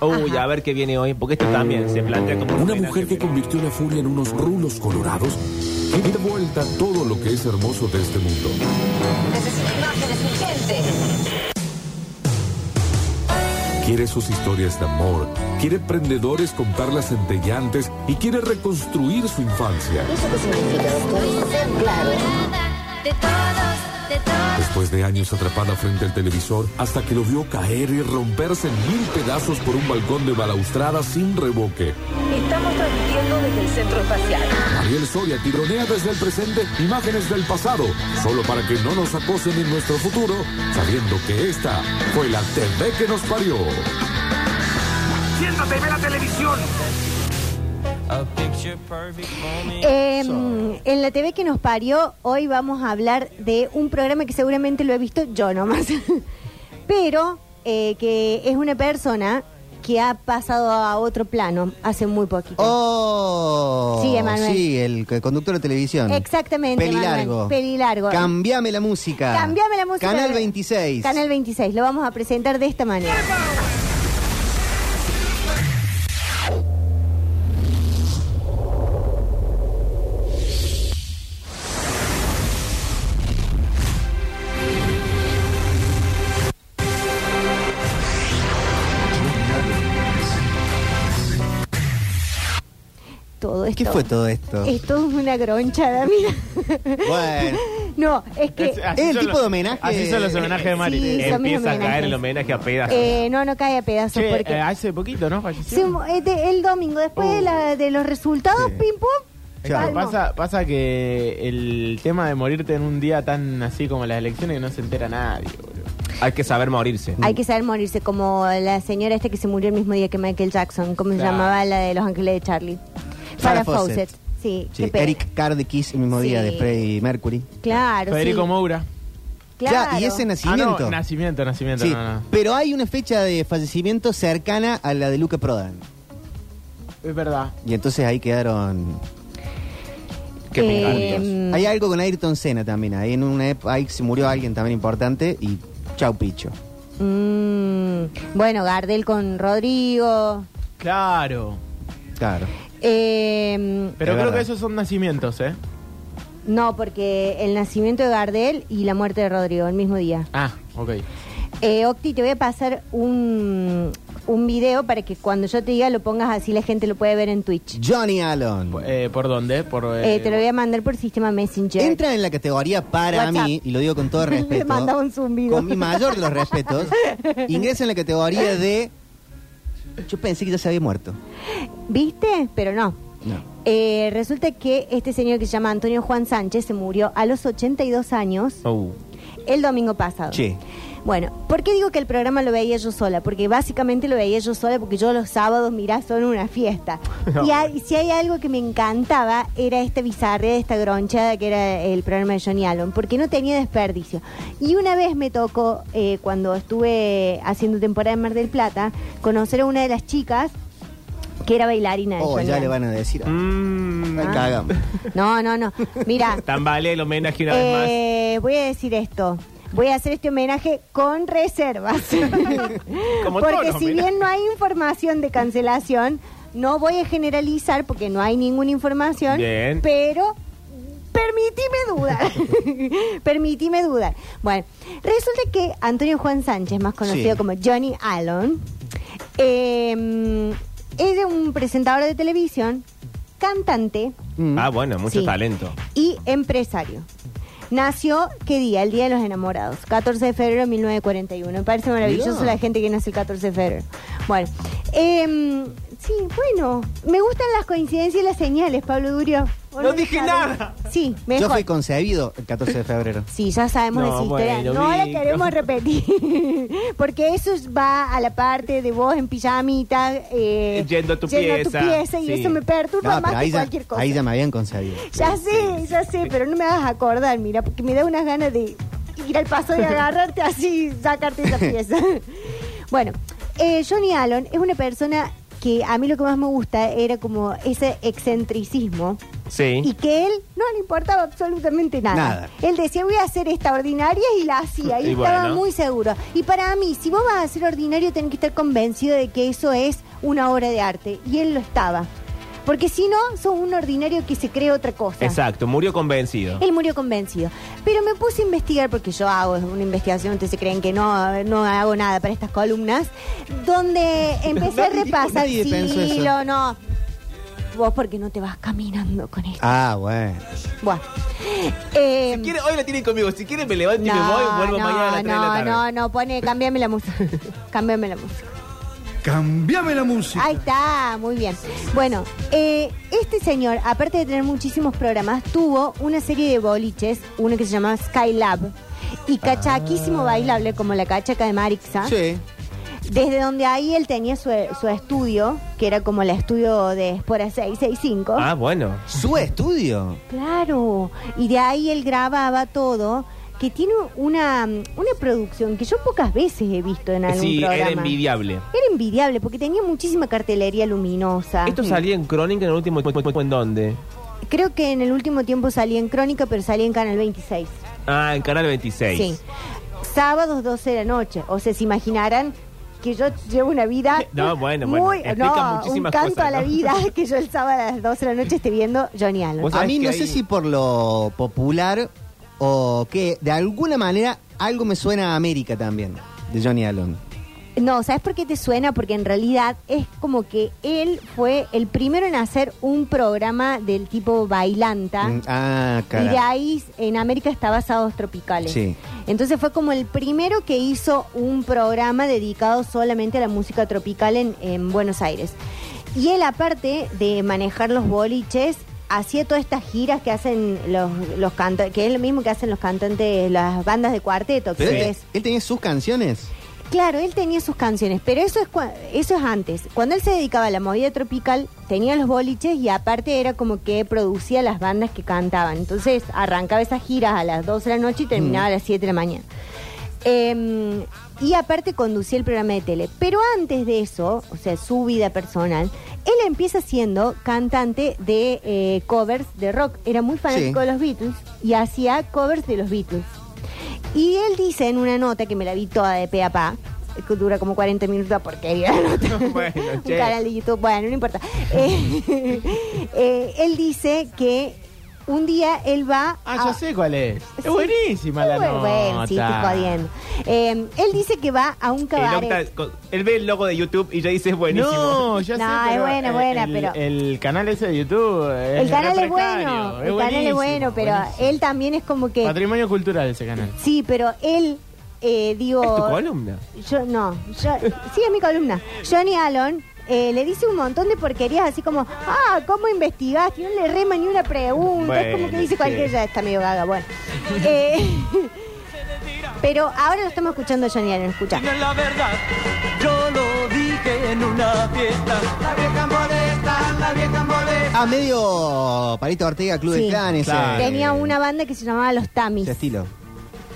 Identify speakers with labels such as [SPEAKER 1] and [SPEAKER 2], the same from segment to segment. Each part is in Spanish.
[SPEAKER 1] Uy, a ver qué viene hoy, porque esto también se plantea como un
[SPEAKER 2] Una
[SPEAKER 1] homenaje,
[SPEAKER 2] mujer que
[SPEAKER 1] pero-
[SPEAKER 2] convirtió la furia en unos rulos colorados que dio vuelta todo lo que es hermoso de este mundo.
[SPEAKER 3] Necesito imágenes urgentes.
[SPEAKER 2] Quiere sus historias de amor, quiere emprendedores con perlas centellantes y quiere reconstruir su infancia.
[SPEAKER 3] ¿Eso qué significa, doctor? Ser claro.
[SPEAKER 4] De todos, de todos.
[SPEAKER 2] Después de años atrapada frente al televisor, hasta que lo vio caer y romperse en mil pedazos por un balcón de balaustrada sin revoque.
[SPEAKER 5] Estamos transmitiendo desde el centro espacial.
[SPEAKER 2] Ariel Soria tironea desde el presente imágenes del pasado, solo para que no nos acosen en nuestro futuro, sabiendo que esta fue la TV que nos parió.
[SPEAKER 6] Siéntate y ve la televisión.
[SPEAKER 7] Eh, en la TV que nos parió, hoy vamos a hablar de un programa que seguramente lo he visto yo nomás, pero eh, que es una persona que ha pasado a otro plano hace muy poquito.
[SPEAKER 8] ¡Oh!
[SPEAKER 7] Sí, Emanuel.
[SPEAKER 8] Sí, el c- conductor de televisión.
[SPEAKER 7] Exactamente,
[SPEAKER 8] Pelilargo.
[SPEAKER 7] Manuel, Pelilargo.
[SPEAKER 8] Cambiame la música.
[SPEAKER 7] Cambiame la música.
[SPEAKER 8] Ah, Canal 26.
[SPEAKER 7] Canal 26, lo vamos a presentar de esta manera. Todo esto.
[SPEAKER 8] ¿Qué fue todo esto?
[SPEAKER 7] Esto es una gronchada, mira.
[SPEAKER 8] Bueno.
[SPEAKER 7] No, es que.
[SPEAKER 1] Así- así
[SPEAKER 8] Es el
[SPEAKER 1] son
[SPEAKER 8] tipo
[SPEAKER 1] los-
[SPEAKER 8] de homenaje-
[SPEAKER 1] Así son los homenajes de Mari.
[SPEAKER 7] Sí, son mis
[SPEAKER 1] Empieza a caer
[SPEAKER 7] homenajes.
[SPEAKER 1] el homenaje a pedazos.
[SPEAKER 7] Eh, no, no cae a pedazos
[SPEAKER 1] Che,
[SPEAKER 7] porque.
[SPEAKER 1] eh, hace poquito, ¿no? Falleció.
[SPEAKER 7] Sí, mo- eh, de- el domingo, después de, la- de los resultados,
[SPEAKER 8] Sí.
[SPEAKER 7] pim pum.
[SPEAKER 8] Ya.
[SPEAKER 7] palmo.
[SPEAKER 6] Pasa, pasa que el tema de morirte en un día tan así como las elecciones que no se entera nadie, boludo.
[SPEAKER 1] Hay que saber morirse.
[SPEAKER 7] Hay que saber morirse, como la señora esta que se murió el mismo día que Michael Jackson, como se
[SPEAKER 6] Claro.
[SPEAKER 7] llamaba la de Los Ángeles de Charlie.
[SPEAKER 8] Farrah
[SPEAKER 7] Para
[SPEAKER 8] Fawcett.
[SPEAKER 7] Fawcett. Sí,
[SPEAKER 8] Sí,
[SPEAKER 7] qué pena.
[SPEAKER 8] Eric Cardequis, el mismo día
[SPEAKER 7] Sí.
[SPEAKER 8] de Freddie Mercury.
[SPEAKER 7] Claro,
[SPEAKER 6] Federico
[SPEAKER 7] sí.
[SPEAKER 6] Moura.
[SPEAKER 7] claro.
[SPEAKER 8] Ya, y ese
[SPEAKER 6] Ah,
[SPEAKER 8] nacimiento.
[SPEAKER 6] no, nacimiento, nacimiento,
[SPEAKER 8] Sí,
[SPEAKER 6] no, no.
[SPEAKER 8] pero hay una fecha de fallecimiento cercana a la de Luca Prodan.
[SPEAKER 6] Es verdad.
[SPEAKER 8] Y entonces ahí quedaron.
[SPEAKER 1] Qué
[SPEAKER 7] Eh,
[SPEAKER 1] pingandos.
[SPEAKER 8] Hay algo con Ayrton Senna también. Ahí en una ep- ahí se murió alguien también importante y chau picho.
[SPEAKER 7] mm, bueno, Gardel con Rodrigo.
[SPEAKER 6] Claro.
[SPEAKER 8] Claro.
[SPEAKER 7] Eh,
[SPEAKER 6] Pero
[SPEAKER 8] Es
[SPEAKER 6] creo
[SPEAKER 8] verdad.
[SPEAKER 6] que esos son nacimientos, ¿eh?
[SPEAKER 7] no, porque el nacimiento de Gardel y la muerte de Rodrigo el mismo día.
[SPEAKER 6] Ah, ok.
[SPEAKER 7] Eh, Octi, te voy a pasar un, un video para que cuando yo te diga lo pongas así, la gente lo puede ver en Twitch.
[SPEAKER 8] Johnny Allen.
[SPEAKER 6] Eh, ¿Por dónde? Por, eh,
[SPEAKER 7] Eh, te lo voy a mandar por sistema Messenger.
[SPEAKER 8] Entra en la categoría para
[SPEAKER 7] WhatsApp.
[SPEAKER 8] mí, y lo digo con todo
[SPEAKER 7] Le
[SPEAKER 8] respeto.
[SPEAKER 7] mandaba un zumbido.
[SPEAKER 8] Con mi mayor de los respetos. ingresa en la categoría de. Yo pensé que ya se había muerto.
[SPEAKER 7] ¿Viste? Pero no.
[SPEAKER 8] No.
[SPEAKER 7] Eh, resulta que este señor que se llama Antonio Juan Sánchez se murió a los 82 años
[SPEAKER 1] Uh,
[SPEAKER 7] el domingo pasado.
[SPEAKER 8] Sí.
[SPEAKER 7] Bueno, ¿por qué digo que el programa lo veía yo sola? Porque básicamente lo veía yo sola porque yo los sábados, mirá, son una fiesta. Y, hay- si hay algo que me encantaba era esta bizarrea, esta gronchada que era el programa de Johnny Allen, porque no tenía desperdicio. Y una vez me tocó, eh, cuando estuve haciendo temporada en Mar del Plata, conocer a una de las chicas que era bailarina de
[SPEAKER 8] Oh,
[SPEAKER 7] Johnny
[SPEAKER 8] ya le
[SPEAKER 7] Allen.
[SPEAKER 8] van a decir. ah,
[SPEAKER 1] mm,
[SPEAKER 8] ahí cagamos.
[SPEAKER 7] No, no, no. Mira,
[SPEAKER 1] tambalea el homenaje una vez más.
[SPEAKER 7] eh, voy a decir esto. Voy a hacer este homenaje con reservas.
[SPEAKER 1] Como todos
[SPEAKER 7] porque
[SPEAKER 1] los
[SPEAKER 7] si bien no hay información de cancelación, no voy a generalizar porque no hay ninguna información,
[SPEAKER 1] Bien.
[SPEAKER 7] pero permitime dudar. permitime dudar. Bueno, resulta que Antonio Juan Sánchez, más conocido
[SPEAKER 8] Sí.
[SPEAKER 7] como Johnny Allen, eh, es un presentador de televisión, cantante,
[SPEAKER 8] Mm.
[SPEAKER 1] Ah, bueno, mucho
[SPEAKER 7] Sí.
[SPEAKER 1] talento.
[SPEAKER 7] y empresario. Nació, ¿qué día? El Día de los Enamorados, 14 de febrero de 1941. Me parece maravilloso
[SPEAKER 8] Mirá.
[SPEAKER 7] la gente que nace el 14 de febrero. Bueno, em, sí, bueno, me gustan las coincidencias y las señales, Pablo Durio. ¿Vos
[SPEAKER 1] No dije
[SPEAKER 7] sabés?
[SPEAKER 1] nada.
[SPEAKER 7] Sí,
[SPEAKER 8] Yo
[SPEAKER 7] mejor.
[SPEAKER 8] fui concebido el 14 de febrero.
[SPEAKER 7] Sí, ya sabemos
[SPEAKER 1] No,
[SPEAKER 7] esa historia.
[SPEAKER 1] bueno,
[SPEAKER 7] no la
[SPEAKER 1] Vico.
[SPEAKER 7] queremos repetir. Porque eso es- va a la parte de vos en pijamita. eh,
[SPEAKER 1] Yendo a tu pieza.
[SPEAKER 7] y
[SPEAKER 1] Sí.
[SPEAKER 7] eso me perturba
[SPEAKER 8] No,
[SPEAKER 7] más
[SPEAKER 8] pero
[SPEAKER 7] que
[SPEAKER 8] ahí ya,
[SPEAKER 7] cualquier cosa.
[SPEAKER 8] ahí ya me habían concebido.
[SPEAKER 7] Ya sé, ya sé, pero no me hagas acordar, mira, porque me da unas ganas de ir al paso y agarrarte así y sacarte esa pieza. bueno, eh, Johnny Allen es una persona que a mí lo que más me gusta era como ese excentricismo
[SPEAKER 1] Sí.
[SPEAKER 7] Y que él no le importaba absolutamente nada.
[SPEAKER 8] Nada.
[SPEAKER 7] Él decía, voy a hacer esta ordinaria y la hacía. Y,
[SPEAKER 1] Y
[SPEAKER 7] estaba
[SPEAKER 1] bueno.
[SPEAKER 7] muy seguro. Y para mí, si vos vas a ser ordinario, tenés que estar convencido de que eso es una obra de arte. Y él lo estaba. Porque si no, sos un ordinario que se cree otra cosa.
[SPEAKER 1] Exacto, murió convencido.
[SPEAKER 7] Él murió convencido. Pero me puse a investigar, porque yo hago una investigación, ustedes se creen que no, no hago nada para estas columnas, donde empecé a
[SPEAKER 8] Nadie-
[SPEAKER 7] repasar.
[SPEAKER 8] nadie pensó
[SPEAKER 7] Sí,
[SPEAKER 8] eso.
[SPEAKER 7] lo no. Vos porque no te vas caminando con esto.
[SPEAKER 8] Ah, bueno.
[SPEAKER 7] Buah. Eh,
[SPEAKER 1] Si quiere, hoy la tienen conmigo. Si quieren, me levanto y me voy. Vuelvo
[SPEAKER 7] no,
[SPEAKER 1] mañana a las 3 de la tarde.
[SPEAKER 7] No, no, no, pone, cambiame la música. cambiame la música.
[SPEAKER 9] Cambiame la música.
[SPEAKER 7] Ahí está, muy bien. Bueno, eh, este señor, aparte de tener muchísimos programas, tuvo una serie de boliches, uno que se llamaba Skylab, y cachaquísimo
[SPEAKER 9] Ah.
[SPEAKER 7] bailable, como la cachaca de Marixa,
[SPEAKER 8] Sí.
[SPEAKER 7] desde donde ahí él tenía su, su estudio, que era como el estudio de Espora 665.
[SPEAKER 1] Ah, bueno.
[SPEAKER 8] Su estudio.
[SPEAKER 7] Claro, y de ahí él grababa todo, que tiene una, una producción que yo pocas veces he visto en algún
[SPEAKER 1] Sí,
[SPEAKER 7] programa.
[SPEAKER 1] era envidiable.
[SPEAKER 7] Era envidiable porque tenía muchísima cartelería luminosa. Mm.
[SPEAKER 1] Esto salía en Crónica en el último tiempo. ¿En dónde?
[SPEAKER 7] Creo que en el último tiempo salía en Crónica, pero salía en Canal 26.
[SPEAKER 1] Ah, en Canal 26.
[SPEAKER 7] Sí. Sábados 12 de la noche. O sea, se imaginarán que yo llevo una vida
[SPEAKER 1] No, bueno, bueno.
[SPEAKER 7] muy
[SPEAKER 1] Explica
[SPEAKER 7] no, un
[SPEAKER 1] muchísimas
[SPEAKER 7] canto
[SPEAKER 1] cosas,
[SPEAKER 7] a la
[SPEAKER 1] ¿no?
[SPEAKER 7] vida que yo el sábado a las 12 de la noche esté viendo Johnny Allen.
[SPEAKER 1] Vos
[SPEAKER 8] A
[SPEAKER 1] sabés
[SPEAKER 8] mí
[SPEAKER 1] que
[SPEAKER 8] no
[SPEAKER 1] hay-
[SPEAKER 8] sé si por lo popular o que de alguna manera algo me suena a América también, de Johnny Allen.
[SPEAKER 7] No, ¿sabes por qué te suena? Porque en realidad es como que él fue el primero en hacer un programa del tipo bailanta.
[SPEAKER 8] Mm, Ah,
[SPEAKER 7] Y de
[SPEAKER 8] cara.
[SPEAKER 7] ahí en América está Basados Tropicales.
[SPEAKER 8] Sí.
[SPEAKER 7] Entonces fue como el primero que hizo un programa dedicado solamente a la música tropical en, en Buenos Aires. Y él, aparte de manejar los boliches, hacía todas estas giras que hacen los, los cantantes, que es lo mismo que hacen los cantantes, las bandas de cuarteto. que
[SPEAKER 8] Pero él,
[SPEAKER 7] es-
[SPEAKER 8] él tenía sus canciones.
[SPEAKER 7] Claro, él tenía sus canciones, pero eso es cua- eso es antes. Cuando él se dedicaba a la movida tropical, tenía los boliches y aparte era como que producía las bandas que cantaban. Entonces arrancaba esas giras a las 12 de la noche y terminaba a las 7 de la mañana. Em, y aparte conducía el programa de tele. Pero antes de eso, o sea, su vida personal, él empieza siendo cantante de eh, covers de rock. Era muy fanático
[SPEAKER 8] Sí.
[SPEAKER 7] de los Beatles y hacía covers de los Beatles. Y él dice en una nota que me la vi toda de pe a pa, que dura como 40 minutos ah, porque la nota.
[SPEAKER 1] Bueno,
[SPEAKER 7] Un
[SPEAKER 1] che.
[SPEAKER 7] canal de YouTube, bueno, no importa. Eh, eh, él dice que un día él va
[SPEAKER 6] Ah, yo
[SPEAKER 7] a-
[SPEAKER 6] sé cuál es. Es
[SPEAKER 7] Sí.
[SPEAKER 6] buenísima la
[SPEAKER 7] Bueno,
[SPEAKER 6] nota.
[SPEAKER 7] bueno, sí, estoy jodiendo. Eh, él dice que va a un
[SPEAKER 1] El
[SPEAKER 7] cabaret.
[SPEAKER 1] Octa- con- él ve el logo de YouTube y ya dice es buenísimo.
[SPEAKER 6] No, ya sé.
[SPEAKER 7] No, es
[SPEAKER 6] pero
[SPEAKER 7] buena,
[SPEAKER 6] el-
[SPEAKER 7] buena,
[SPEAKER 6] el,
[SPEAKER 7] pero-
[SPEAKER 6] El canal ese de YouTube. es
[SPEAKER 7] el canal
[SPEAKER 6] re
[SPEAKER 7] es bueno,
[SPEAKER 6] precario,
[SPEAKER 7] el canal es
[SPEAKER 6] buenísimo,
[SPEAKER 7] bueno, pero eh,
[SPEAKER 6] buenísimo.
[SPEAKER 7] él también es como que...
[SPEAKER 6] Patrimonio cultural ese canal.
[SPEAKER 7] Sí, pero él, eh, digo...
[SPEAKER 1] ¿Es tu columna?
[SPEAKER 7] Yo no, yo, sí es mi columna. Johnny Allen eh, le dice un montón de porquerías así como, ah, ¿cómo investigaste? Y No le rema ni una pregunta, es como que
[SPEAKER 1] Bueno,
[SPEAKER 7] dice
[SPEAKER 1] sí.
[SPEAKER 7] cualquier, ya está medio gaga, bueno. Eh, pero ahora lo estamos escuchando a Johnny Allen, escucha.
[SPEAKER 10] La verdad, yo lo dije en una fiesta. La vieja molesta, la vieja molesta.
[SPEAKER 8] Ah, medio Palito Ortega, Club
[SPEAKER 7] Sí.
[SPEAKER 8] de Clanes.
[SPEAKER 6] Claro.
[SPEAKER 8] eh,
[SPEAKER 7] Tenía una banda que se llamaba Los Tamis.
[SPEAKER 8] ese estilo.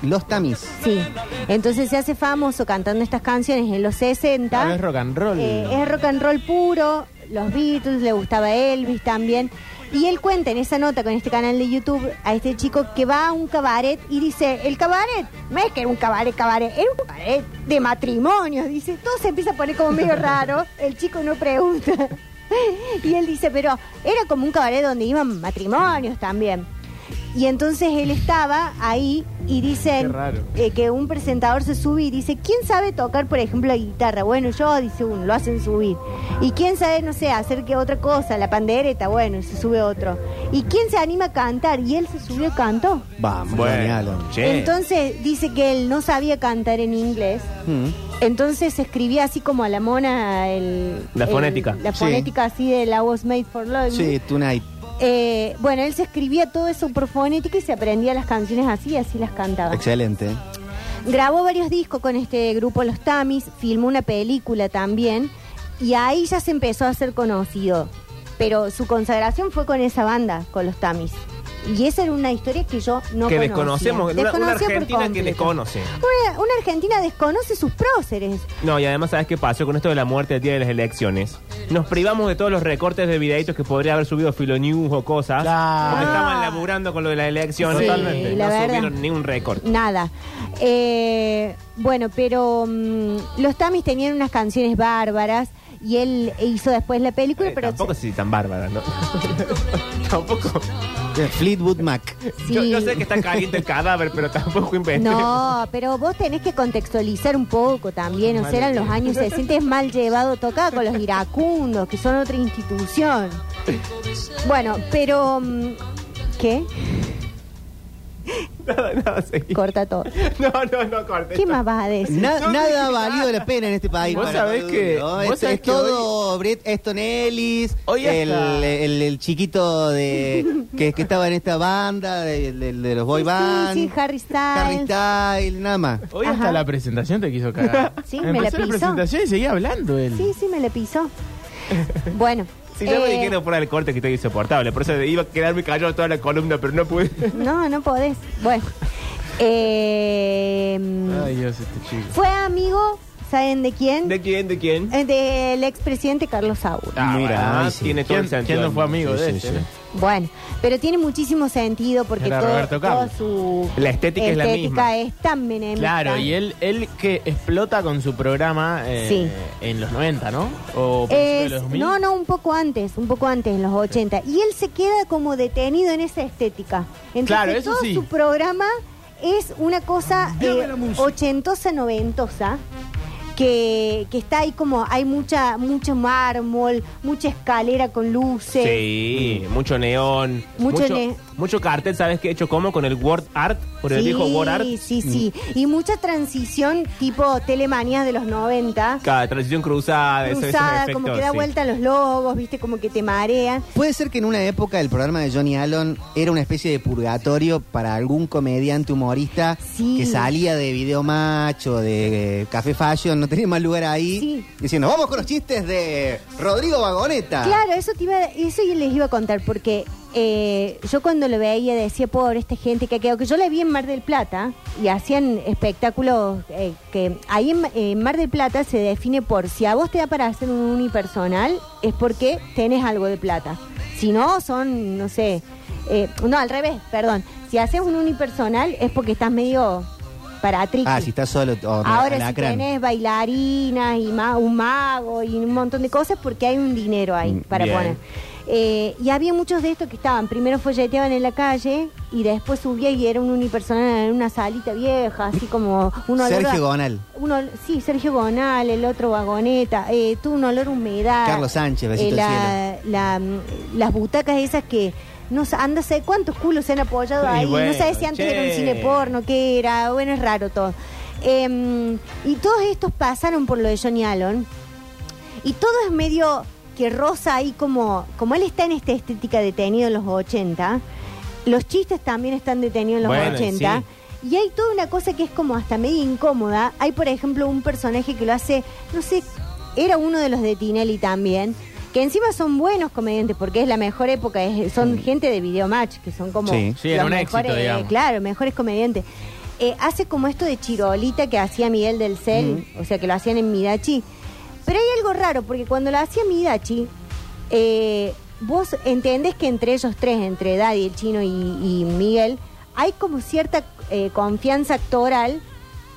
[SPEAKER 8] Los Tamis.
[SPEAKER 7] Sí, entonces se hace famoso cantando estas canciones en los 60.
[SPEAKER 6] Claro, es rock and roll.
[SPEAKER 7] Eh, es rock and roll puro, los Beatles, le gustaba Elvis también. Y él cuenta en esa nota con este canal de YouTube a este chico que va a un cabaret y dice, el cabaret, no es que era un cabaret, cabaret, era un cabaret de matrimonios, dice, todo se empieza a poner como medio raro, el chico no pregunta. Y él dice, pero era como un cabaret donde iban matrimonios también. Y entonces él estaba ahí y
[SPEAKER 6] Qué
[SPEAKER 7] dicen
[SPEAKER 6] raro.
[SPEAKER 7] eh, que un presentador se sube y dice, ¿quién sabe tocar, por ejemplo, la guitarra? Bueno, yo, dice uno, lo hacen subir. ¿Y quién sabe, no sé, hacer que otra cosa, la pandereta? Bueno, se sube otro. ¿Y quién se anima a cantar? Y él se subió y cantó.
[SPEAKER 8] Vamos, Johnny Allen.
[SPEAKER 1] Bueno, che.
[SPEAKER 7] Entonces dice que él no sabía cantar en inglés.
[SPEAKER 8] Mm.
[SPEAKER 7] Entonces escribía así como a la mona el,
[SPEAKER 1] La
[SPEAKER 7] el-
[SPEAKER 1] fonética.
[SPEAKER 7] La
[SPEAKER 8] Sí.
[SPEAKER 7] fonética así de la was made for love.
[SPEAKER 8] Sí, Tonight.
[SPEAKER 7] Eh, bueno, él se escribía todo eso por fonética y se aprendía las canciones así y así las cantaba.
[SPEAKER 8] Excelente.
[SPEAKER 7] Grabó varios discos con este grupo Los Tamis, filmó una película también y ahí ya se empezó a ser conocido. Pero su consagración fue con esa banda, con Los Tamis. Y esa era una historia que yo no
[SPEAKER 1] que
[SPEAKER 7] conocía.
[SPEAKER 1] desconocemos, una- una,
[SPEAKER 7] Desconocía por
[SPEAKER 1] Argentina que
[SPEAKER 7] completo.
[SPEAKER 1] desconoce.
[SPEAKER 7] Una, una Argentina desconoce sus próceres.
[SPEAKER 1] No, y además, ¿sabes qué pasó con esto de la muerte el día de las elecciones? Nos privamos de todos los recortes de videitos que podría haber subido Filonews o cosas.
[SPEAKER 6] Claro.
[SPEAKER 1] Porque estaban laburando con lo de las elecciones.
[SPEAKER 7] Sí,
[SPEAKER 1] Totalmente.
[SPEAKER 7] la
[SPEAKER 1] no
[SPEAKER 7] verdad.
[SPEAKER 1] subieron ni un recorte.
[SPEAKER 7] Nada. Eh, bueno, pero mm, los Tamis tenían unas canciones bárbaras y él hizo después la película,
[SPEAKER 1] Eh,
[SPEAKER 7] pero
[SPEAKER 1] tampoco soy tan bárbara, ¿no? tampoco.
[SPEAKER 8] De Eh, Fleetwood Mac.
[SPEAKER 7] Sí.
[SPEAKER 1] Yo, yo sé que está caliente el cadáver, pero tampoco inventé.
[SPEAKER 7] No, pero vos tenés que contextualizar un poco también. O sea, eran los años 60, es mal llevado, tocaba con los iracundos, que son otra institución. Bueno, pero. mm, ¿Qué?
[SPEAKER 1] Nada, nada, seguí.
[SPEAKER 7] Corta todo.
[SPEAKER 1] No, no, no, corte.
[SPEAKER 7] ¿Qué más vas a decir?
[SPEAKER 8] Na-
[SPEAKER 1] No dije
[SPEAKER 8] nada ha
[SPEAKER 1] nada.
[SPEAKER 8] valido la pena en este país.
[SPEAKER 1] Vos
[SPEAKER 8] para
[SPEAKER 1] sabés
[SPEAKER 8] Maduro.
[SPEAKER 1] que- vos
[SPEAKER 8] es,
[SPEAKER 1] sabés
[SPEAKER 8] es
[SPEAKER 1] que
[SPEAKER 8] todo Brett Easton Ellis,
[SPEAKER 1] Hoy
[SPEAKER 8] el,
[SPEAKER 1] hasta-
[SPEAKER 8] el- el chiquito de que, que estaba en esta banda de, de- de los boy
[SPEAKER 7] Sí,
[SPEAKER 8] band,
[SPEAKER 7] sí, Harry Styles.
[SPEAKER 8] Harry Styles, nada más.
[SPEAKER 6] Hoy
[SPEAKER 7] Ajá.
[SPEAKER 6] hasta la presentación te quiso cagar.
[SPEAKER 7] Sí,
[SPEAKER 6] Empezó
[SPEAKER 7] me la
[SPEAKER 6] la
[SPEAKER 7] pisó.
[SPEAKER 6] presentación y seguía hablando él.
[SPEAKER 7] Sí, sí, me le pisó. Bueno.
[SPEAKER 1] Si yo me
[SPEAKER 7] eh,
[SPEAKER 1] dijeron fuera del corte que estoy insoportable, por eso iba a quedarme callado toda la columna, pero no pude.
[SPEAKER 7] No, no podés. Bueno. Eh,
[SPEAKER 6] Ay, Dios, este chico.
[SPEAKER 7] fue amigo, ¿saben de quién?
[SPEAKER 1] ¿De quién? ¿De quién?
[SPEAKER 7] Eh, Del expresidente Carlos Saúl.
[SPEAKER 1] Ah,
[SPEAKER 8] Mira,
[SPEAKER 1] bueno,
[SPEAKER 8] ay, sí.
[SPEAKER 1] tiene todo
[SPEAKER 6] ¿Quién,
[SPEAKER 1] el sentido.
[SPEAKER 6] quién no fue amigo
[SPEAKER 8] Sí,
[SPEAKER 6] de
[SPEAKER 8] sí,
[SPEAKER 6] este?
[SPEAKER 8] sí.
[SPEAKER 6] no?
[SPEAKER 7] Bueno, pero tiene muchísimo sentido porque
[SPEAKER 6] Era
[SPEAKER 7] todo,
[SPEAKER 6] Roberto Carlos.
[SPEAKER 7] toda su
[SPEAKER 1] La estética es la misma.
[SPEAKER 7] es tan menemista.
[SPEAKER 6] Claro, y él, él que explota con su programa eh,
[SPEAKER 7] Sí.
[SPEAKER 6] en los 90, ¿no? O principios de
[SPEAKER 7] Es-
[SPEAKER 6] los 2000.
[SPEAKER 7] no, no, un poco antes, un poco antes, en los 80. Y él se queda como detenido en esa estética. Entonces,
[SPEAKER 6] Claro, eso
[SPEAKER 7] todo
[SPEAKER 6] sí.
[SPEAKER 7] su programa es una cosa
[SPEAKER 9] Dame
[SPEAKER 7] eh,
[SPEAKER 9] la música.
[SPEAKER 7] ochentosa, noventosa. Que, que está ahí como, hay mucha mucho mármol, mucha escalera con luces.
[SPEAKER 1] Sí, mucho neón.
[SPEAKER 7] Mucho
[SPEAKER 1] Mucho,
[SPEAKER 7] ne-
[SPEAKER 1] mucho cartel, ¿sabes qué he hecho como? Con el Word Art, por el viejo Word Art.
[SPEAKER 7] sí, sí, sí. Y mucha transición tipo telemanías de los 90.
[SPEAKER 1] Cada transición cruzada, eso- esos
[SPEAKER 7] cruzada, como
[SPEAKER 1] efectos,
[SPEAKER 7] que da
[SPEAKER 1] sí.
[SPEAKER 7] vuelta a los logos, viste, como que te marean.
[SPEAKER 8] Puede ser que en una época el programa de Johnny Allen era una especie de purgatorio para algún comediante humorista
[SPEAKER 7] Sí.
[SPEAKER 8] que salía de Video Macho, de eh, Café Fashion, no tenía más lugar ahí,
[SPEAKER 7] Sí.
[SPEAKER 8] diciendo, vamos con los chistes de Rodrigo Vagoneta.
[SPEAKER 7] Claro, eso te iba, eso yo les iba a contar porque eh, yo cuando lo veía decía pobre esta gente que ha quedado, que yo la vi en Mar del Plata y hacían espectáculos eh, que ahí en, en Mar del Plata se define por si a vos te da para hacer un unipersonal es porque tenés algo de plata. Si no, son, no sé, eh, no, al revés, perdón. Si haces un unipersonal es porque estás medio para triqui.
[SPEAKER 8] Ah, si estás solo. o no,
[SPEAKER 7] Ahora si
[SPEAKER 8] alacrán.
[SPEAKER 7] tenés bailarinas y ma- un mago y un montón de cosas porque hay un dinero ahí
[SPEAKER 8] Mm,
[SPEAKER 7] para
[SPEAKER 1] bien.
[SPEAKER 7] poner. Eh, y había muchos de estos que estaban, primero folleteaban en la calle y después subía y era un unipersonal en una salita vieja, así como un olor
[SPEAKER 8] Sergio
[SPEAKER 7] a-
[SPEAKER 8] Gonal.
[SPEAKER 7] un ol- sí, Sergio Gonal, el otro Vagoneta, eh, tuvo un olor a humedad. Eh,
[SPEAKER 8] Carlos Sánchez, besito al
[SPEAKER 7] la- la- mm, Las butacas esas que no sa- anda a saber cuántos culos se han apoyado
[SPEAKER 1] Y
[SPEAKER 7] ahí.
[SPEAKER 1] bueno,
[SPEAKER 7] no sabes si antes
[SPEAKER 1] che.
[SPEAKER 7] era un cine porno, qué era. Bueno, es raro todo. Em, y todos estos pasaron por lo de Johnny Allen. Y todo es medio que rosa ahí como, como él está en esta estética detenido en los 80, los chistes también están detenidos en los
[SPEAKER 1] Bueno,
[SPEAKER 7] 80.
[SPEAKER 1] sí.
[SPEAKER 7] Y hay toda una cosa que es como hasta medio incómoda. Hay, por ejemplo, un personaje que lo hace, no sé, era uno de los de Tinelli también, que encima son buenos comediantes porque es la mejor época, es- son gente de Videomatch, que son como
[SPEAKER 8] Sí.
[SPEAKER 6] Sí, era
[SPEAKER 7] los
[SPEAKER 6] un éxito,
[SPEAKER 7] mejores,
[SPEAKER 6] digamos.
[SPEAKER 7] claro, mejores comediantes. Eh, hace como esto de chirolita que hacía Miguel del Cel, o sea, que lo hacían en Midachi. Pero hay algo raro, porque cuando lo hacía Midachi, eh, vos entendés que entre ellos tres, entre Daddy, el chino y, y Miguel, hay como cierta eh, confianza actoral,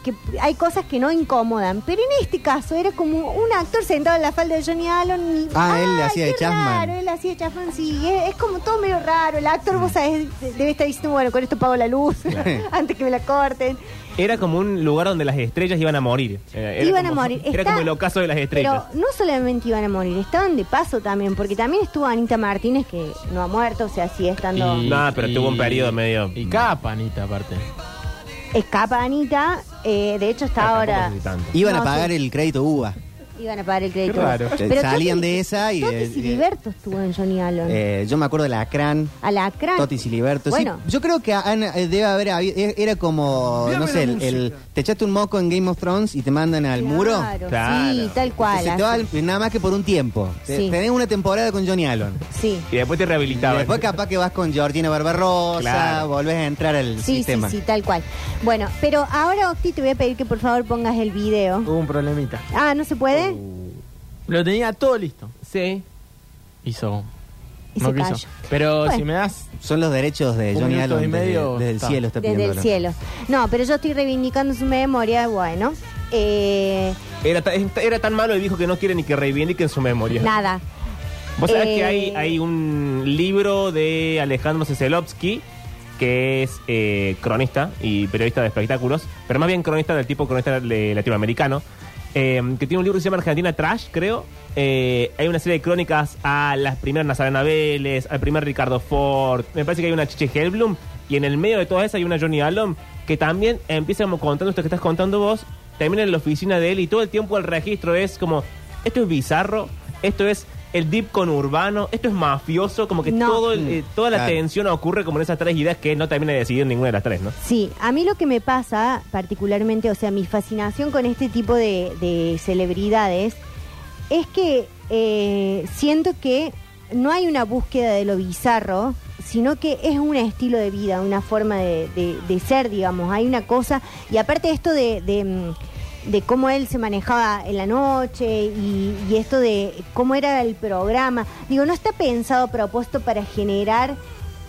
[SPEAKER 7] que hay cosas que no incomodan. Pero en este caso era como un actor sentado en la falda de Johnny Allen. y-
[SPEAKER 8] Ah, él
[SPEAKER 7] ¡Ay,
[SPEAKER 8] hacía de
[SPEAKER 7] qué
[SPEAKER 8] Chapman.
[SPEAKER 7] raro! él hacía Chapman, sí. Es, es como todo medio raro. El actor, vos sabés, debe estar diciendo, bueno, con esto pago la luz antes que me la corten.
[SPEAKER 1] Era como un lugar donde las estrellas iban a morir. Eh, Era- era
[SPEAKER 7] Iban a
[SPEAKER 1] como-
[SPEAKER 7] morir.
[SPEAKER 1] Era
[SPEAKER 7] Está-
[SPEAKER 1] como el ocaso de las estrellas.
[SPEAKER 7] Pero no solamente iban a morir, estaban de paso también, porque también estuvo Anita Martínez, que no ha muerto, o sea, sigue estando.
[SPEAKER 1] Y- No, pero tuvo un periodo medio-
[SPEAKER 6] Y capa, Anita, aparte.
[SPEAKER 7] Escapa Anita, eh, de hecho está
[SPEAKER 1] Ah, tampoco
[SPEAKER 7] ahora.
[SPEAKER 1] sé si tanto.
[SPEAKER 8] Iban
[SPEAKER 7] No,
[SPEAKER 8] a pagar
[SPEAKER 7] sí.
[SPEAKER 8] el crédito UBA.
[SPEAKER 7] Iban a pagar el crédito.
[SPEAKER 6] Qué raro.
[SPEAKER 7] Pero
[SPEAKER 8] Salían
[SPEAKER 7] Toti-
[SPEAKER 8] de esa y,
[SPEAKER 7] Toti
[SPEAKER 8] eh,
[SPEAKER 7] Siliberto estuvo en Johnny Allen.
[SPEAKER 8] Eh, yo me acuerdo de Lacrán.
[SPEAKER 7] Alacrán.
[SPEAKER 8] Toti Siliberto.
[SPEAKER 7] Ah, Bueno.
[SPEAKER 8] Sí, yo creo que han- eh, debe haber habi- eh, era como,
[SPEAKER 9] Cambiame
[SPEAKER 8] no sé,
[SPEAKER 9] la
[SPEAKER 8] el, el-
[SPEAKER 9] música.
[SPEAKER 8] te echaste un moco en Game of Thrones y te mandan al muro.
[SPEAKER 7] Claro.
[SPEAKER 1] Claro.
[SPEAKER 7] Sí, tal
[SPEAKER 8] Se
[SPEAKER 7] cual.
[SPEAKER 8] te va al- nada más que por un tiempo. Te-
[SPEAKER 7] Sí.
[SPEAKER 8] Tenés una temporada con Johnny Allen.
[SPEAKER 7] Sí.
[SPEAKER 1] Y después te
[SPEAKER 8] Y
[SPEAKER 1] rehabilitaban.
[SPEAKER 8] después capaz que vas con Georgina Barbarosa,
[SPEAKER 1] Claro.
[SPEAKER 8] volvés a entrar al
[SPEAKER 7] Sí, sí,
[SPEAKER 8] sistema.
[SPEAKER 7] sí, tal cual. Bueno, pero ahora, Octi, te voy a pedir que por favor pongas el video.
[SPEAKER 6] Hubo un problemita.
[SPEAKER 7] Ah, ¿no se puede?
[SPEAKER 6] Lo tenía todo listo.
[SPEAKER 1] Sí.
[SPEAKER 6] Hizo.
[SPEAKER 7] Y
[SPEAKER 6] no
[SPEAKER 7] se
[SPEAKER 6] quiso.
[SPEAKER 7] cayó.
[SPEAKER 6] Pero
[SPEAKER 7] Bueno.
[SPEAKER 6] si me das.
[SPEAKER 8] Son los derechos de
[SPEAKER 6] Un
[SPEAKER 8] Johnny
[SPEAKER 6] minuto y
[SPEAKER 8] Allen desde-
[SPEAKER 6] medio,
[SPEAKER 8] desde, el
[SPEAKER 6] está.
[SPEAKER 8] cielo. Está
[SPEAKER 7] Desde el
[SPEAKER 8] pidiéndolo.
[SPEAKER 7] cielo. No, pero yo estoy reivindicando su memoria, bueno. Eh,
[SPEAKER 1] Era, ta- era tan malo el viejo que no quiere ni que reivindiquen su memoria.
[SPEAKER 7] nada.
[SPEAKER 1] Vos sabés
[SPEAKER 7] Eh,
[SPEAKER 1] que hay, hay un libro de Alejandro Ceselovsky, que es eh, cronista y periodista de espectáculos, pero más bien cronista del tipo cronista le- latinoamericano, eh, que tiene un libro que se llama Argentina Trash, creo. Eh, hay una serie de crónicas a la primera Nazarena Vélez, al primer Ricardo Ford, me parece que hay una Chiche Helblum, y en el medio de todas esas hay una Johnny Allen, que también empieza como contando esto que estás contando vos, termina en la oficina de él y todo el tiempo el registro es como, esto es bizarro, esto es el dip conurbano, esto es mafioso, como que
[SPEAKER 7] No.
[SPEAKER 1] todo el- eh, toda la
[SPEAKER 8] Claro.
[SPEAKER 1] tensión ocurre como en esas tres ideas que no termina de decidir ninguna de las tres, ¿no?
[SPEAKER 7] Sí, a mí lo que me pasa particularmente, o sea, mi fascinación con este tipo de, de celebridades es que eh, siento que no hay una búsqueda de lo bizarro, sino que es un estilo de vida, una forma de, de- de ser, digamos. Hay una cosa, y aparte esto de, de, mm, de cómo él se manejaba en la noche y, y esto de cómo era el programa, digo, no está pensado, propuesto para generar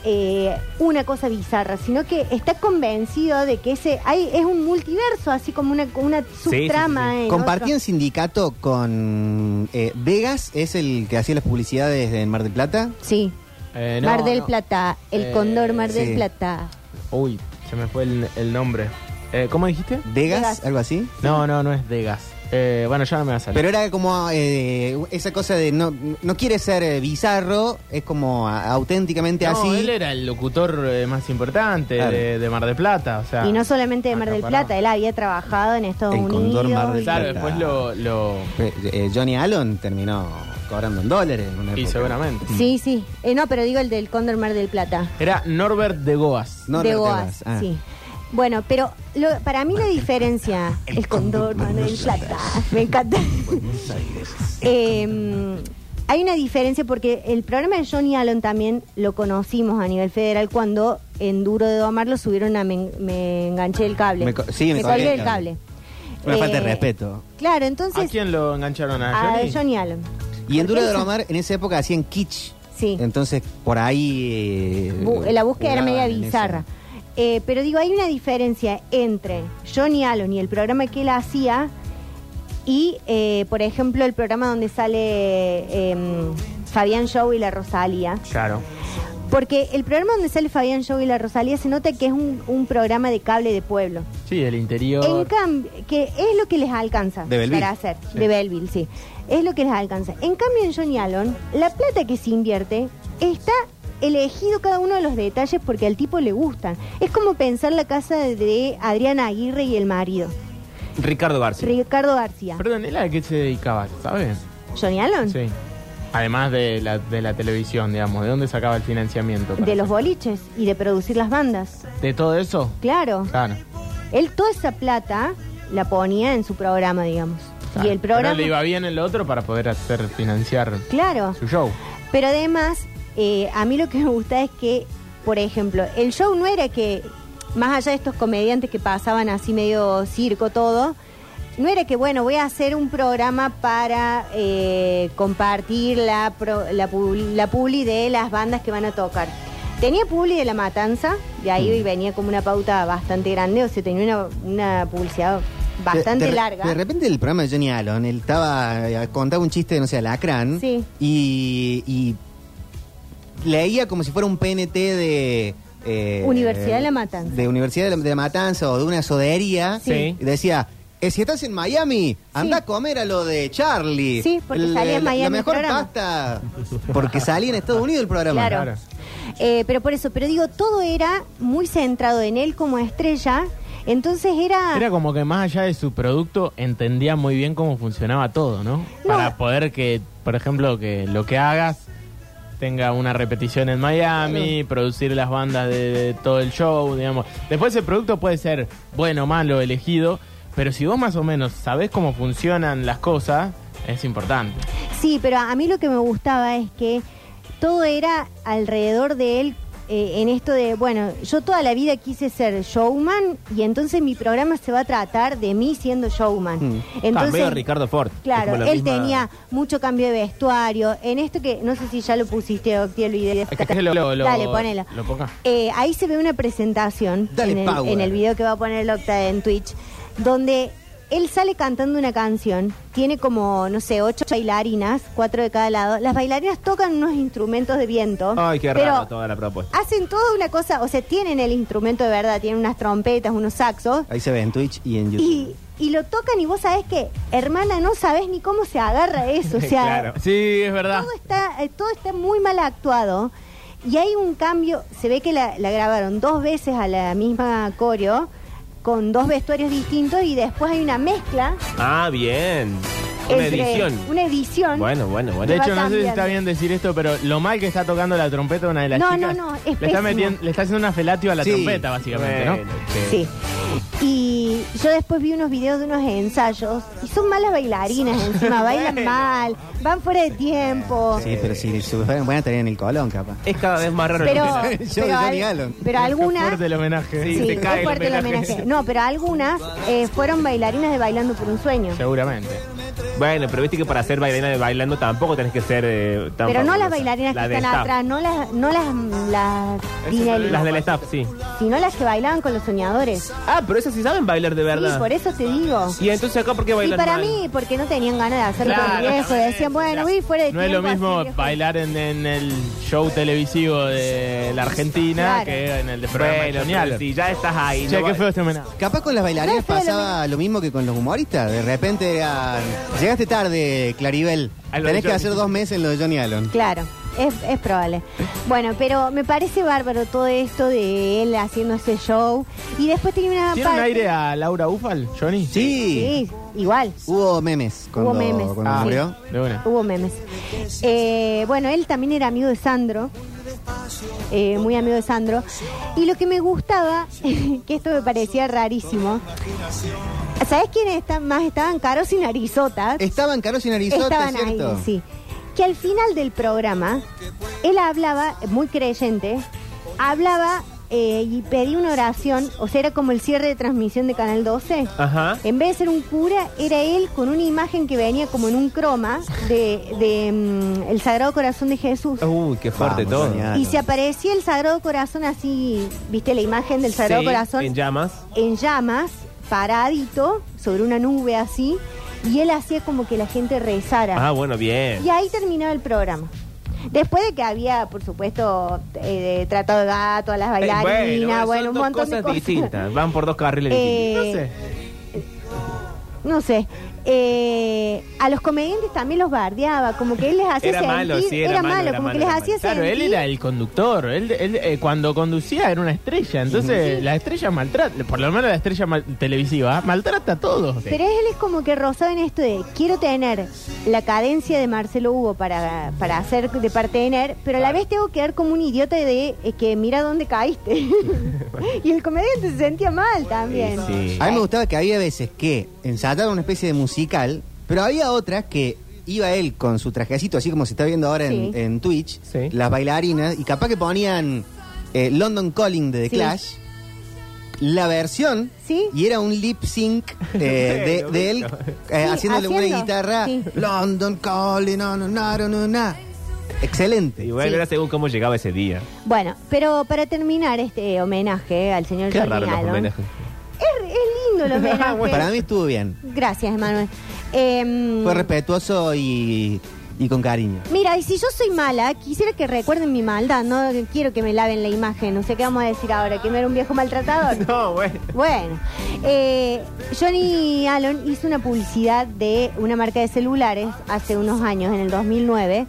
[SPEAKER 7] eh, una cosa bizarra, sino que está convencido de que ese hay, es un multiverso, así como una, una
[SPEAKER 1] sí,
[SPEAKER 7] subtrama. ¿eh? en
[SPEAKER 8] Compartían
[SPEAKER 7] otro.
[SPEAKER 8] Eh, sindicato con eh, Vegas, es el que hacía las publicidades en Mar del Plata.
[SPEAKER 7] Sí.
[SPEAKER 6] Eh, no,
[SPEAKER 7] Mar del
[SPEAKER 6] no.
[SPEAKER 7] Plata, el
[SPEAKER 6] Eh,
[SPEAKER 7] Cóndor Mar del
[SPEAKER 8] sí.
[SPEAKER 7] Plata.
[SPEAKER 6] Uy, se me fue el, el nombre. Eh, ¿Cómo dijiste?
[SPEAKER 8] Vegas,
[SPEAKER 7] Vegas.
[SPEAKER 8] algo así.
[SPEAKER 6] No, no, no es Degas. Eh, bueno, ya no me va a salir.
[SPEAKER 8] Pero era como eh, esa cosa de no, no quiere ser eh, bizarro, es como a- auténticamente
[SPEAKER 7] Este,
[SPEAKER 6] No,
[SPEAKER 8] así.
[SPEAKER 6] él era el locutor eh, más importante
[SPEAKER 8] Claro.
[SPEAKER 6] de, de Mar del Plata. O sea,
[SPEAKER 7] Y no solamente de Mar del
[SPEAKER 6] acaparado.
[SPEAKER 7] Plata, él había trabajado en Estados
[SPEAKER 8] El
[SPEAKER 7] Unidos.
[SPEAKER 8] Cóndor Mar del
[SPEAKER 6] Claro,
[SPEAKER 8] Plata.
[SPEAKER 6] después lo. lo
[SPEAKER 8] Eh, eh, Johnny Allen terminó cobrando en dólares. en una
[SPEAKER 6] y
[SPEAKER 8] época.
[SPEAKER 6] seguramente.
[SPEAKER 7] Sí, sí. Eh, no, pero digo el del Cóndor Mar del Plata.
[SPEAKER 6] Era Norbert de Goas.
[SPEAKER 8] No,
[SPEAKER 7] de
[SPEAKER 8] no te
[SPEAKER 7] Goas,
[SPEAKER 8] vas. Ah.
[SPEAKER 7] sí. Bueno, pero lo- para mí la diferencia, el Cóndor Mar del Plata, me encanta. Eh, hay una diferencia porque el programa de Johnny Allen también lo conocimos a nivel federal cuando en Duro de Domar lo subieron a Me, Me enganché el cable.
[SPEAKER 8] Me co- sí, me
[SPEAKER 7] colgué el cable. Eh,
[SPEAKER 8] Una falta de respeto.
[SPEAKER 7] Claro,
[SPEAKER 6] ¿A
[SPEAKER 7] entonces
[SPEAKER 6] quién lo engancharon? ¿A
[SPEAKER 7] a
[SPEAKER 6] Johnny?
[SPEAKER 7] Johnny Allen.
[SPEAKER 8] Y en
[SPEAKER 7] ¿Por
[SPEAKER 8] Duro
[SPEAKER 7] qué
[SPEAKER 8] de
[SPEAKER 7] esa-
[SPEAKER 8] Romar, en esa época hacían kitsch.
[SPEAKER 7] Sí.
[SPEAKER 8] Entonces, por ahí. eh,
[SPEAKER 7] Bu- la búsqueda era media
[SPEAKER 8] jugaban en
[SPEAKER 7] bizarra.
[SPEAKER 8] esa.
[SPEAKER 7] Eh, pero digo, hay una diferencia entre Johnny Allen y el programa que él hacía y, eh, por ejemplo, el programa donde sale em, Fabián Show y la Rosalía.
[SPEAKER 6] Claro.
[SPEAKER 7] Porque el programa donde sale Fabián Show y la Rosalía se nota que es un, un programa de cable de pueblo.
[SPEAKER 6] Sí, del interior.
[SPEAKER 7] En cambio, que es lo que les alcanza
[SPEAKER 8] De Belleville.
[SPEAKER 7] para hacer.
[SPEAKER 6] Sí.
[SPEAKER 7] De Belleville, sí. Es lo que les alcanza. En cambio, en Johnny Allen, la plata que se invierte está elegido cada uno de los detalles porque al tipo le gustan. Es como pensar la casa de Adriana Aguirre y el marido,
[SPEAKER 1] Ricardo García. Ah,
[SPEAKER 7] Ricardo García.
[SPEAKER 6] Perdón, ¿él a qué se dedicaba? ¿Sabes?
[SPEAKER 7] ¿Johnny Allen?
[SPEAKER 6] Sí. Además de la, de la televisión, digamos. ¿De dónde sacaba el financiamiento? para
[SPEAKER 7] De los
[SPEAKER 6] hacer-
[SPEAKER 7] boliches y de producir las bandas.
[SPEAKER 6] ¿De todo eso?
[SPEAKER 7] Claro.
[SPEAKER 6] Claro.
[SPEAKER 7] Él toda esa plata la ponía en su programa, digamos.
[SPEAKER 6] claro.
[SPEAKER 7] Y el programa...
[SPEAKER 6] Pero le iba bien el otro para poder hacer financiar
[SPEAKER 7] Claro.
[SPEAKER 6] su show.
[SPEAKER 7] Pero además, eh, a mí lo que me gusta es que, por ejemplo, el show no era que, más allá de estos comediantes que pasaban así medio circo todo, no era que, bueno, voy a hacer un programa para eh, compartir la, pro- la, pub- la publi de las bandas que van a tocar. Tenía publi de La Matanza, de ahí venía como una pauta bastante grande, o sea, tenía una, una publicidad bastante
[SPEAKER 8] De- de re-
[SPEAKER 7] larga.
[SPEAKER 8] De repente el programa de Johnny Allen, él estaba, eh, contaba un chiste, no sé, alacrán.
[SPEAKER 7] Sí.
[SPEAKER 8] Y, y leía como si fuera un PNT de... eh,
[SPEAKER 7] Universidad de La Matanza.
[SPEAKER 8] De Universidad de la, de la Matanza o de una sodería.
[SPEAKER 1] Sí.
[SPEAKER 8] Y decía... "Eh, si estás en Miami, anda a comer a lo de Charlie.
[SPEAKER 7] Sí, porque salía en
[SPEAKER 8] la-
[SPEAKER 7] Miami
[SPEAKER 8] La
[SPEAKER 7] el
[SPEAKER 8] mejor
[SPEAKER 7] programa.
[SPEAKER 8] pasta. Porque salía en Estados Unidos el programa.
[SPEAKER 7] Claro. Eh, pero por eso, pero digo, todo era muy centrado en él como estrella Entonces era...
[SPEAKER 6] Era como que más allá de su producto entendía muy bien cómo funcionaba todo, ¿no?
[SPEAKER 7] No.
[SPEAKER 6] Para poder que, por ejemplo, que lo que hagas tenga una repetición en Miami, producir las bandas de, de todo el show, digamos. Después el producto puede ser bueno, malo, elegido, pero si vos más o menos sabés cómo funcionan las cosas, es importante.
[SPEAKER 7] Sí, pero a mí lo que me gustaba es que todo era alrededor de él eh, en esto de, bueno, yo toda la vida quise ser showman y entonces mi programa se va a tratar de mí siendo showman.
[SPEAKER 8] Mm.
[SPEAKER 1] Ah, medio
[SPEAKER 7] Entonces,
[SPEAKER 1] Ricardo Ford. Es
[SPEAKER 7] claro,
[SPEAKER 1] como la
[SPEAKER 7] él
[SPEAKER 1] misma-
[SPEAKER 7] tenía mucho cambio de vestuario. En esto que, no sé si ya lo pusiste, Octiel, y de-
[SPEAKER 6] Acá que lo- lo- lo-
[SPEAKER 7] Dale, ponelo.
[SPEAKER 6] lo ponga.
[SPEAKER 7] Eh, ahí se ve una presentación
[SPEAKER 8] Dale
[SPEAKER 7] en, el,
[SPEAKER 8] power.
[SPEAKER 7] en el video que va a poner el Octa en Twitch, donde él sale cantando una canción, tiene como, no sé, ocho bailarinas, cuatro de cada lado. Las bailarinas tocan unos instrumentos de viento.
[SPEAKER 1] Ay, qué
[SPEAKER 7] pero
[SPEAKER 1] raro toda la propuesta.
[SPEAKER 7] Hacen toda una cosa, o sea, tienen el instrumento de verdad, tienen unas trompetas, unos saxos,
[SPEAKER 8] Ahí se ve en Twitch y en YouTube.
[SPEAKER 7] y, y lo tocan y vos sabés que, hermana, no sabés ni cómo se agarra eso. O sea,
[SPEAKER 1] Claro.
[SPEAKER 6] Sí, es verdad.
[SPEAKER 7] todo está, eh, todo está muy mal actuado. Y hay un cambio, se ve que la, la grabaron dos veces a la misma coreo, con dos vestuarios distintos, y después hay una mezcla.
[SPEAKER 1] Ah, bien. Una
[SPEAKER 7] entre-
[SPEAKER 1] edición.
[SPEAKER 7] Una edición.
[SPEAKER 1] Bueno, bueno, bueno.
[SPEAKER 6] De hecho,
[SPEAKER 7] va
[SPEAKER 6] no sé si está
[SPEAKER 7] cambiando.
[SPEAKER 6] bien decir esto, pero lo mal que está tocando la trompeta una de las
[SPEAKER 7] No,
[SPEAKER 6] chicas.
[SPEAKER 7] no, no, es
[SPEAKER 6] le está,
[SPEAKER 7] pésimo.
[SPEAKER 6] metiendo, le está haciendo una felatio a la
[SPEAKER 8] Sí.
[SPEAKER 6] trompeta, básicamente, ¿no?
[SPEAKER 1] Bueno, che.
[SPEAKER 7] Sí. Y yo después vi unos videos de unos ensayos, y son malas bailarinas encima, bailan mal, van fuera de tiempo.
[SPEAKER 8] Sí, pero si si fueran buenas estarían en el Colón, capaz.
[SPEAKER 1] Es cada vez más raro. lo
[SPEAKER 7] Pero,
[SPEAKER 1] que-
[SPEAKER 8] El show de
[SPEAKER 7] pero,
[SPEAKER 8] Johnny
[SPEAKER 7] al-
[SPEAKER 8] Allen.
[SPEAKER 7] pero
[SPEAKER 6] Qué
[SPEAKER 7] algunas
[SPEAKER 6] fuerte el homenaje.
[SPEAKER 7] Sí,
[SPEAKER 6] te
[SPEAKER 7] fue
[SPEAKER 6] cae el
[SPEAKER 7] fuerte el homenaje. No, pero algunas eh, fueron bailarinas de Bailando por un Sueño.
[SPEAKER 6] Seguramente.
[SPEAKER 1] Bueno, pero viste que para ser bailarina de bailando tampoco tenés que ser eh, tan
[SPEAKER 7] Pero no
[SPEAKER 1] fabulosa.
[SPEAKER 7] las bailarinas
[SPEAKER 1] La
[SPEAKER 7] que
[SPEAKER 1] de
[SPEAKER 7] están
[SPEAKER 1] staff.
[SPEAKER 7] atrás, no las, no las, las Tinelli,
[SPEAKER 1] Las del staff, sí.
[SPEAKER 7] sino las que bailaban con los soñadores.
[SPEAKER 1] Ah, pero esas sí saben bailar de verdad.
[SPEAKER 7] Sí, por eso te digo.
[SPEAKER 1] Y entonces acá, ¿por qué
[SPEAKER 7] Y
[SPEAKER 1] bailan
[SPEAKER 7] para
[SPEAKER 1] mal?
[SPEAKER 7] mí, porque no tenían ganas de hacerlo
[SPEAKER 6] Claro,
[SPEAKER 7] con el viejo,
[SPEAKER 6] también,
[SPEAKER 7] decían, bueno,
[SPEAKER 6] claro.
[SPEAKER 7] voy fuera de
[SPEAKER 6] No es
[SPEAKER 7] tiempo.
[SPEAKER 6] lo mismo
[SPEAKER 7] así que-
[SPEAKER 6] bailar en, en el show televisivo de la Argentina
[SPEAKER 7] Claro.
[SPEAKER 6] que en el de programa de
[SPEAKER 1] Bueno,
[SPEAKER 6] Johnny
[SPEAKER 1] pero
[SPEAKER 6] Allen.
[SPEAKER 1] si ya estás ahí.
[SPEAKER 6] Che,
[SPEAKER 1] no
[SPEAKER 6] qué
[SPEAKER 1] va-
[SPEAKER 6] feo este homenaje.
[SPEAKER 8] Capaz con las bailarinas
[SPEAKER 7] No, fue lo
[SPEAKER 8] pasaba lo mismo que con los humoristas. De repente era. Llegaste tarde, Claribel.
[SPEAKER 1] A lo de
[SPEAKER 8] Tenés que
[SPEAKER 1] Johnny.
[SPEAKER 8] hacer dos meses en lo de Johnny Allen.
[SPEAKER 7] Claro, es, es probable. Bueno, pero me parece bárbaro todo esto de él haciendo ese show. Y después tenía una
[SPEAKER 6] ¿Tiene un
[SPEAKER 7] parte-
[SPEAKER 6] aire a Laura Ufal, Johnny?
[SPEAKER 8] Sí.
[SPEAKER 7] Sí, igual.
[SPEAKER 8] Hubo memes cuando,
[SPEAKER 7] memes.
[SPEAKER 8] cuando
[SPEAKER 6] Ah,
[SPEAKER 8] murió.
[SPEAKER 6] de una.
[SPEAKER 7] Hubo memes. Eh, bueno, él también era amigo de Sandro, eh, muy amigo de Sandro. Y lo que me gustaba, que esto me parecía rarísimo, ¿sabes quiénes están más? Estaban caros y narizotas.
[SPEAKER 8] Estaban caros y narizota,
[SPEAKER 7] Estaban
[SPEAKER 8] ¿cierto?
[SPEAKER 7] ahí, sí. Que al final del programa, él hablaba, muy creyente, hablaba eh, y pedía una oración, o sea, era como el cierre de transmisión de Canal 12.
[SPEAKER 1] Ajá.
[SPEAKER 7] En vez de ser un cura, era él con una imagen que venía como en un croma de, de, mm, el Sagrado Corazón de Jesús.
[SPEAKER 1] Uy, qué fuerte
[SPEAKER 8] Vamos,
[SPEAKER 1] todo.
[SPEAKER 8] Johnny Allen.
[SPEAKER 7] Y se aparecía el Sagrado Corazón así, viste la imagen del Sagrado
[SPEAKER 1] Sí,
[SPEAKER 7] Corazón
[SPEAKER 1] En llamas.
[SPEAKER 7] en llamas, paradito, sobre una nube así, y él hacía como que la gente rezara.
[SPEAKER 1] Ah, bueno, bien.
[SPEAKER 7] Y ahí terminaba el programa. Después de que había, por supuesto, eh, de tratado de gato, a las
[SPEAKER 1] Eh,
[SPEAKER 7] bailarinas, bueno,
[SPEAKER 1] son
[SPEAKER 7] un
[SPEAKER 1] dos
[SPEAKER 7] montón
[SPEAKER 1] cosas
[SPEAKER 7] de cosas.
[SPEAKER 1] distintas. Van por dos carriles
[SPEAKER 7] Eh,
[SPEAKER 1] distintos.
[SPEAKER 7] No sé. Eh, a los comediantes también los bardeaba, como que él les hacía
[SPEAKER 1] Era
[SPEAKER 7] sentir.
[SPEAKER 1] malo, sí, era malo, era
[SPEAKER 7] como
[SPEAKER 1] malo,
[SPEAKER 7] que les
[SPEAKER 1] era
[SPEAKER 7] hacía
[SPEAKER 6] Claro, él
[SPEAKER 7] sentir.
[SPEAKER 6] era el conductor. Él, él, eh, cuando conducía era una estrella. Entonces, la estrella maltrata, por lo menos la estrella mal- televisiva, ¿ah? maltrata a todos.
[SPEAKER 1] este.
[SPEAKER 7] Pero él es como que rozado en esto de quiero tener la cadencia de Marcelo Hugo para, para hacer de parte de Ner, pero a la vez tengo que dar como un idiota de eh, que mira dónde caíste. y el comediante se sentía mal también.
[SPEAKER 1] Sí, sí.
[SPEAKER 8] A mí me gustaba que había veces que ensayaba una especie de musical, pero había otras que iba él con su trajecito, así como se está viendo ahora en,
[SPEAKER 7] Sí.
[SPEAKER 8] en Twitch,
[SPEAKER 1] Sí.
[SPEAKER 8] las bailarinas, y capaz que ponían eh, London Calling de The
[SPEAKER 7] Sí.
[SPEAKER 8] Clash, la versión,
[SPEAKER 7] Sí.
[SPEAKER 8] y era un lip sync eh,
[SPEAKER 1] Lo
[SPEAKER 8] de, de él
[SPEAKER 1] mismo.
[SPEAKER 8] eh,
[SPEAKER 7] Sí,
[SPEAKER 8] haciéndole una
[SPEAKER 7] haciendo.
[SPEAKER 8] guitarra,
[SPEAKER 7] Sí.
[SPEAKER 8] London Calling, no, no, no, no, no, no.
[SPEAKER 1] Y
[SPEAKER 8] Excelente.
[SPEAKER 1] bueno,
[SPEAKER 7] Sí.
[SPEAKER 1] era según cómo llegaba ese día.
[SPEAKER 7] Bueno, pero para terminar este homenaje al señor
[SPEAKER 1] Qué
[SPEAKER 7] Johnny
[SPEAKER 1] raro los
[SPEAKER 7] Allen,
[SPEAKER 1] homenajes.
[SPEAKER 7] Es, es lindo el homenaje.
[SPEAKER 8] Para mí estuvo bien.
[SPEAKER 7] Gracias, Emanuel. Em,
[SPEAKER 8] Fue respetuoso y, y con cariño.
[SPEAKER 7] Mira, y si yo soy mala, quisiera que recuerden mi maldad, no quiero que me laven la imagen. O sea, ¿qué vamos a decir ahora? ¿Que no era un viejo maltratador?
[SPEAKER 1] No, bueno.
[SPEAKER 7] Bueno, eh, Johnny Allen hizo una publicidad de una marca de celulares hace unos años, en el 2009.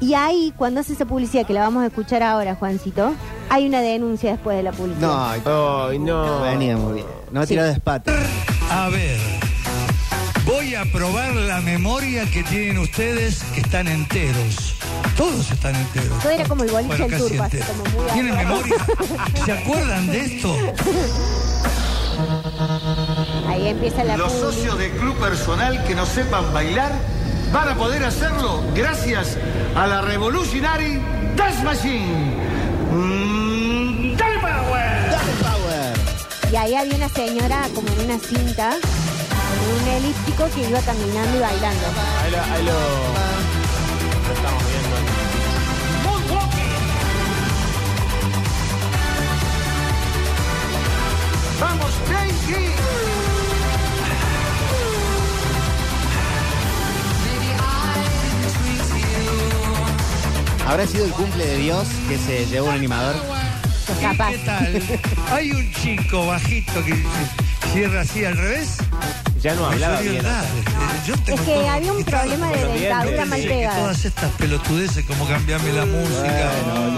[SPEAKER 7] Y ahí, cuando hace esa publicidad, que la vamos a escuchar ahora, Juancito, Hay una denuncia después de la publicidad.
[SPEAKER 8] No, ay,
[SPEAKER 1] Ay, no.
[SPEAKER 8] venía muy bien. No ha tirado de espata.
[SPEAKER 11] A ver, voy a probar la memoria que tienen ustedes que están enteros. Todos están enteros.
[SPEAKER 7] Todo era como el boliche
[SPEAKER 11] Bueno,
[SPEAKER 7] del
[SPEAKER 11] casi
[SPEAKER 7] turco, así
[SPEAKER 11] entero.
[SPEAKER 7] como muy
[SPEAKER 11] ¿Tienen
[SPEAKER 7] abajo.
[SPEAKER 11] memoria? ¿Se acuerdan de esto?
[SPEAKER 7] Ahí empieza la
[SPEAKER 10] Los
[SPEAKER 7] publi.
[SPEAKER 10] socios del club personal que no sepan bailar van a poder hacerlo gracias a la Revolutionary Dance Machine. Mm, ¡Dale power!
[SPEAKER 7] Y ahí había una señora como en una cinta, en un elíptico que iba caminando y bailando.
[SPEAKER 6] Ahí lo, ahí lo, lo estamos viendo.
[SPEAKER 10] ¡Vamos, Daisy!
[SPEAKER 8] ¿Habrá sido el cumple de Dios que se llevó un animador?
[SPEAKER 7] Pues
[SPEAKER 11] ¿Y
[SPEAKER 7] capaz.
[SPEAKER 11] ¿Qué tal? Hay un chico bajito que cierra así al revés.
[SPEAKER 1] Ya no hablaba
[SPEAKER 11] Yo digo,
[SPEAKER 1] bien.
[SPEAKER 11] dale, Eh, yo te
[SPEAKER 7] Es
[SPEAKER 11] lo
[SPEAKER 7] que
[SPEAKER 11] puedo
[SPEAKER 7] había un
[SPEAKER 11] quitar.
[SPEAKER 7] problema de
[SPEAKER 1] Con los
[SPEAKER 7] dentadura
[SPEAKER 1] dientes,
[SPEAKER 7] mal
[SPEAKER 1] sí,
[SPEAKER 11] Que
[SPEAKER 7] pegada.
[SPEAKER 11] todas estas pelotudeces como cambiarme la música,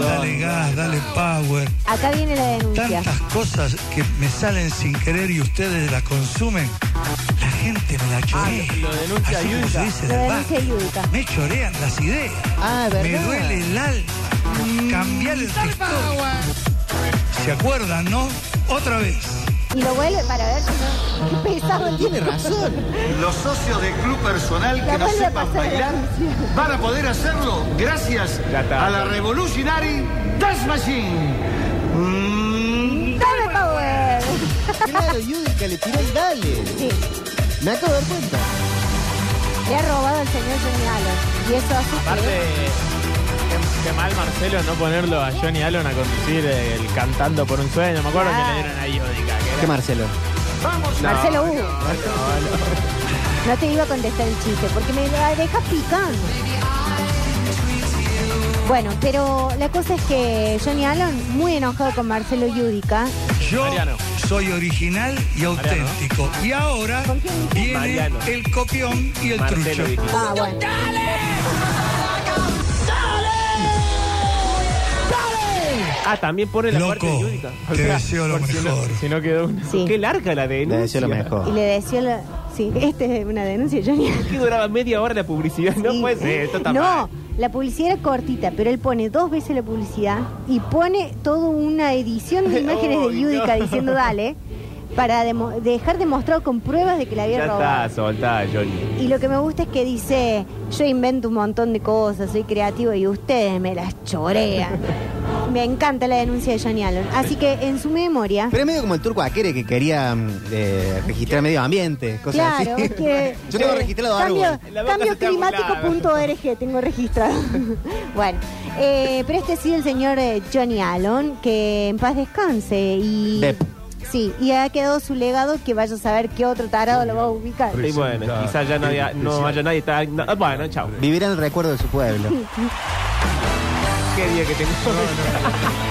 [SPEAKER 11] dale gas, dale power,
[SPEAKER 7] Acá viene la denuncia.
[SPEAKER 11] tantas cosas que me salen sin querer y ustedes las consumen, la gente me la chorea.
[SPEAKER 6] lo denuncia
[SPEAKER 11] Así como
[SPEAKER 6] Yudica.
[SPEAKER 11] se dice
[SPEAKER 7] Lo
[SPEAKER 11] del
[SPEAKER 7] denuncia
[SPEAKER 11] barrio.
[SPEAKER 7] Yudica.
[SPEAKER 11] Me chorean las ideas.
[SPEAKER 8] Ah,
[SPEAKER 11] Me
[SPEAKER 8] ¿verdad?
[SPEAKER 11] duele el alma. Cambiar el texto. ¿Se acuerdan, no? Otra vez.
[SPEAKER 7] Y lo vuelve para ver si no. Qué pesado
[SPEAKER 8] Tiene razón.
[SPEAKER 10] Los socios del club personal
[SPEAKER 7] La
[SPEAKER 10] que no
[SPEAKER 7] vuelve a
[SPEAKER 10] sepan
[SPEAKER 7] pasar
[SPEAKER 10] bailar
[SPEAKER 7] denuncia.
[SPEAKER 10] van a poder hacerlo gracias
[SPEAKER 1] Ya está.
[SPEAKER 10] a la Revolutionary Dance Machine. Mm,
[SPEAKER 7] ¡Dame power!
[SPEAKER 8] Claro, Yudica, le tiró el dale.
[SPEAKER 7] Sí,
[SPEAKER 8] Me acabo de dar cuenta.
[SPEAKER 7] le ha robado el señor Johnny Allen. Y eso hace
[SPEAKER 6] Aparte,
[SPEAKER 7] que...
[SPEAKER 6] qué- qué mal Marcelo no ponerlo a Johnny Allen a conducir eh, el cantando por un sueño. Me acuerdo que le dieron a Iódica. que era-
[SPEAKER 8] ¿Qué Marcelo?
[SPEAKER 10] ¡Vamos!
[SPEAKER 7] Marcelo Hugo. No te iba a contestar el chiste porque me la deja picando. Bueno, pero la cosa es que Johnny Allen, muy enojado con Marcelo Yudica,
[SPEAKER 11] Yo
[SPEAKER 6] Mariano.
[SPEAKER 11] soy original y auténtico. Y ahora viene
[SPEAKER 1] Mariano.
[SPEAKER 11] el copión y el
[SPEAKER 1] Marcelo
[SPEAKER 11] trucho.
[SPEAKER 1] dijiste.
[SPEAKER 7] Ah, bueno.
[SPEAKER 1] Ah, también pone la parte de
[SPEAKER 11] Loco,
[SPEAKER 1] Yudica.
[SPEAKER 11] te deseo lo
[SPEAKER 6] por si no-
[SPEAKER 11] mejor.
[SPEAKER 6] Si no quedó una.
[SPEAKER 7] Sí.
[SPEAKER 1] Qué larga la denuncia.
[SPEAKER 8] Le deseo lo mejor.
[SPEAKER 7] Y le decía, la... sí, esta es una denuncia, Johnny Allen.
[SPEAKER 1] Que duraba media hora la publicidad. No
[SPEAKER 7] Sí.
[SPEAKER 1] puede ser, esto está
[SPEAKER 7] No,
[SPEAKER 1] mal.
[SPEAKER 7] la publicidad era cortita, pero él pone dos veces la publicidad y pone toda una edición de imágenes
[SPEAKER 1] Uy,
[SPEAKER 7] de Yudica
[SPEAKER 1] no.
[SPEAKER 7] diciendo dale, para demo- dejar demostrado con pruebas de que la había
[SPEAKER 1] Ya
[SPEAKER 7] robado.
[SPEAKER 1] está, soltada, Johnny.
[SPEAKER 7] Y lo que me gusta es que dice, yo invento un montón de cosas, soy creativo y ustedes me las chorean. me encanta la denuncia de Johnny Allen. Así que en su memoria,
[SPEAKER 8] Pero es medio como el turco Aquere que quería mm, eh, registrar medio ambiente, cosas
[SPEAKER 7] claro,
[SPEAKER 8] así.
[SPEAKER 7] que...
[SPEAKER 8] Yo tengo
[SPEAKER 7] eh,
[SPEAKER 8] registrado
[SPEAKER 7] cambio,
[SPEAKER 8] algo.
[SPEAKER 1] La boca se te
[SPEAKER 7] Cambioclimático.org tengo registrado. bueno, eh, pero este ha sido el señor eh, Johnny Allen, que en paz descanse y...
[SPEAKER 8] Dep.
[SPEAKER 7] Sí, y ha quedado su legado que vaya a saber qué otro tarado lo va a ubicar.
[SPEAKER 1] Y bueno, quizás ya no haya, no haya nadie. está- no- ah, bueno, chao.
[SPEAKER 8] Vivirá el recuerdo de su pueblo.
[SPEAKER 1] Qué día que tengo.